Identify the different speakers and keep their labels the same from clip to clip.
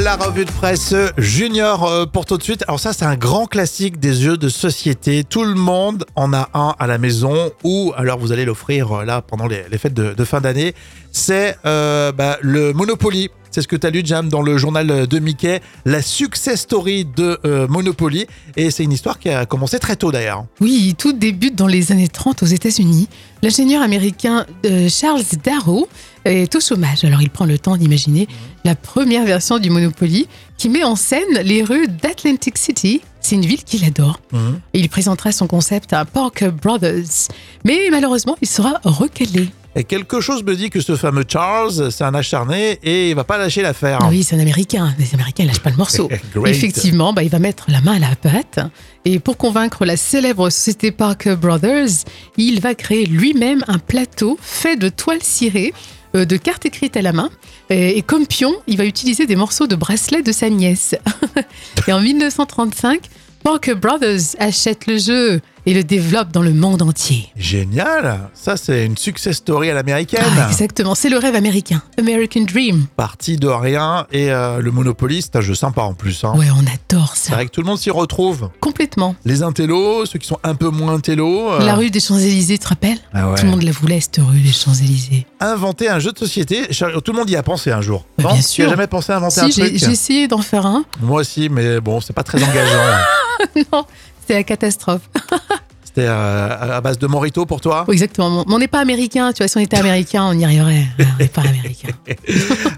Speaker 1: la revue de presse junior euh, pour tout de suite. Alors ça, c'est un grand classique des jeux de société. Tout le monde en a un à la maison ou alors vous allez l'offrir euh, là pendant les, les fêtes de, de fin d'année. C'est euh, bah, le Monopoly. C'est ce que tu as lu, Jam, dans le journal de Mickey, la success story de euh, Monopoly. Et c'est une histoire qui a commencé très tôt d'ailleurs.
Speaker 2: Oui, tout débute dans les années 30 aux États-Unis. L'ingénieur américain euh, Charles Darrow est au chômage. Alors il prend le temps d'imaginer la première version du Monopoly qui met en scène les rues d'Atlantic City. C'est une ville qu'il adore.
Speaker 1: Mhm.
Speaker 2: Et il présentera son concept à Parker Brothers. Mais malheureusement, il sera recalé.
Speaker 1: Et quelque chose me dit que ce fameux Charles, c'est un acharné et il va pas lâcher l'affaire.
Speaker 2: Ah oui, c'est un Américain. Les Américains ils lâchent pas le morceau.
Speaker 1: Great.
Speaker 2: Effectivement, bah, il va mettre la main à la pâte. Et pour convaincre la célèbre société Parker Brothers, il va créer lui-même un plateau fait de toiles cirées, euh, de cartes écrites à la main. Et, et comme pion, il va utiliser des morceaux de bracelets de sa nièce. et en 1935, Parker Brothers achète le jeu et le développe dans le monde entier.
Speaker 1: Génial Ça, c'est une success story à l'américaine.
Speaker 2: Ah, exactement, c'est le rêve américain. American Dream.
Speaker 1: Parti de rien et euh, le Monopoly, c'est un jeu sympa en plus. hein.
Speaker 2: Ouais, on adore
Speaker 1: C'est
Speaker 2: ça.
Speaker 1: vrai que tout le monde s'y retrouve.
Speaker 2: Complètement.
Speaker 1: Les intellos, ceux qui sont un peu moins intellos. euh,
Speaker 2: La rue des Champs-Élysées, tu te rappelles
Speaker 1: ah ouais.
Speaker 2: Tout le monde la voulait, cette rue des Champs-Élysées.
Speaker 1: Inventer un jeu de société, Charles- tout le monde y a pensé un jour.
Speaker 2: Bah,
Speaker 1: non,
Speaker 2: bien
Speaker 1: Tu as
Speaker 2: sûr.
Speaker 1: jamais pensé à inventer un
Speaker 2: Si, j'ai
Speaker 1: truc
Speaker 2: j'ai essayé d'en faire un.
Speaker 1: Moi aussi, mais bon, c'est pas très engageant.
Speaker 2: non, c'était la catastrophe.
Speaker 1: C'était euh, à base de Morito pour toi
Speaker 2: Oui, exactement. Mais on n'est pas américain, tu vois. Si on était américain, on y arriverait. Ouais, On n'est pas américain.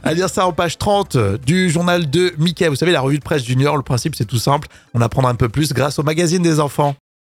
Speaker 1: À lire ça en page 30 du journal de Mickey. Vous savez, la revue de presse junior, le principe c'est tout simple, on apprendra un peu plus grâce au magazine des enfants.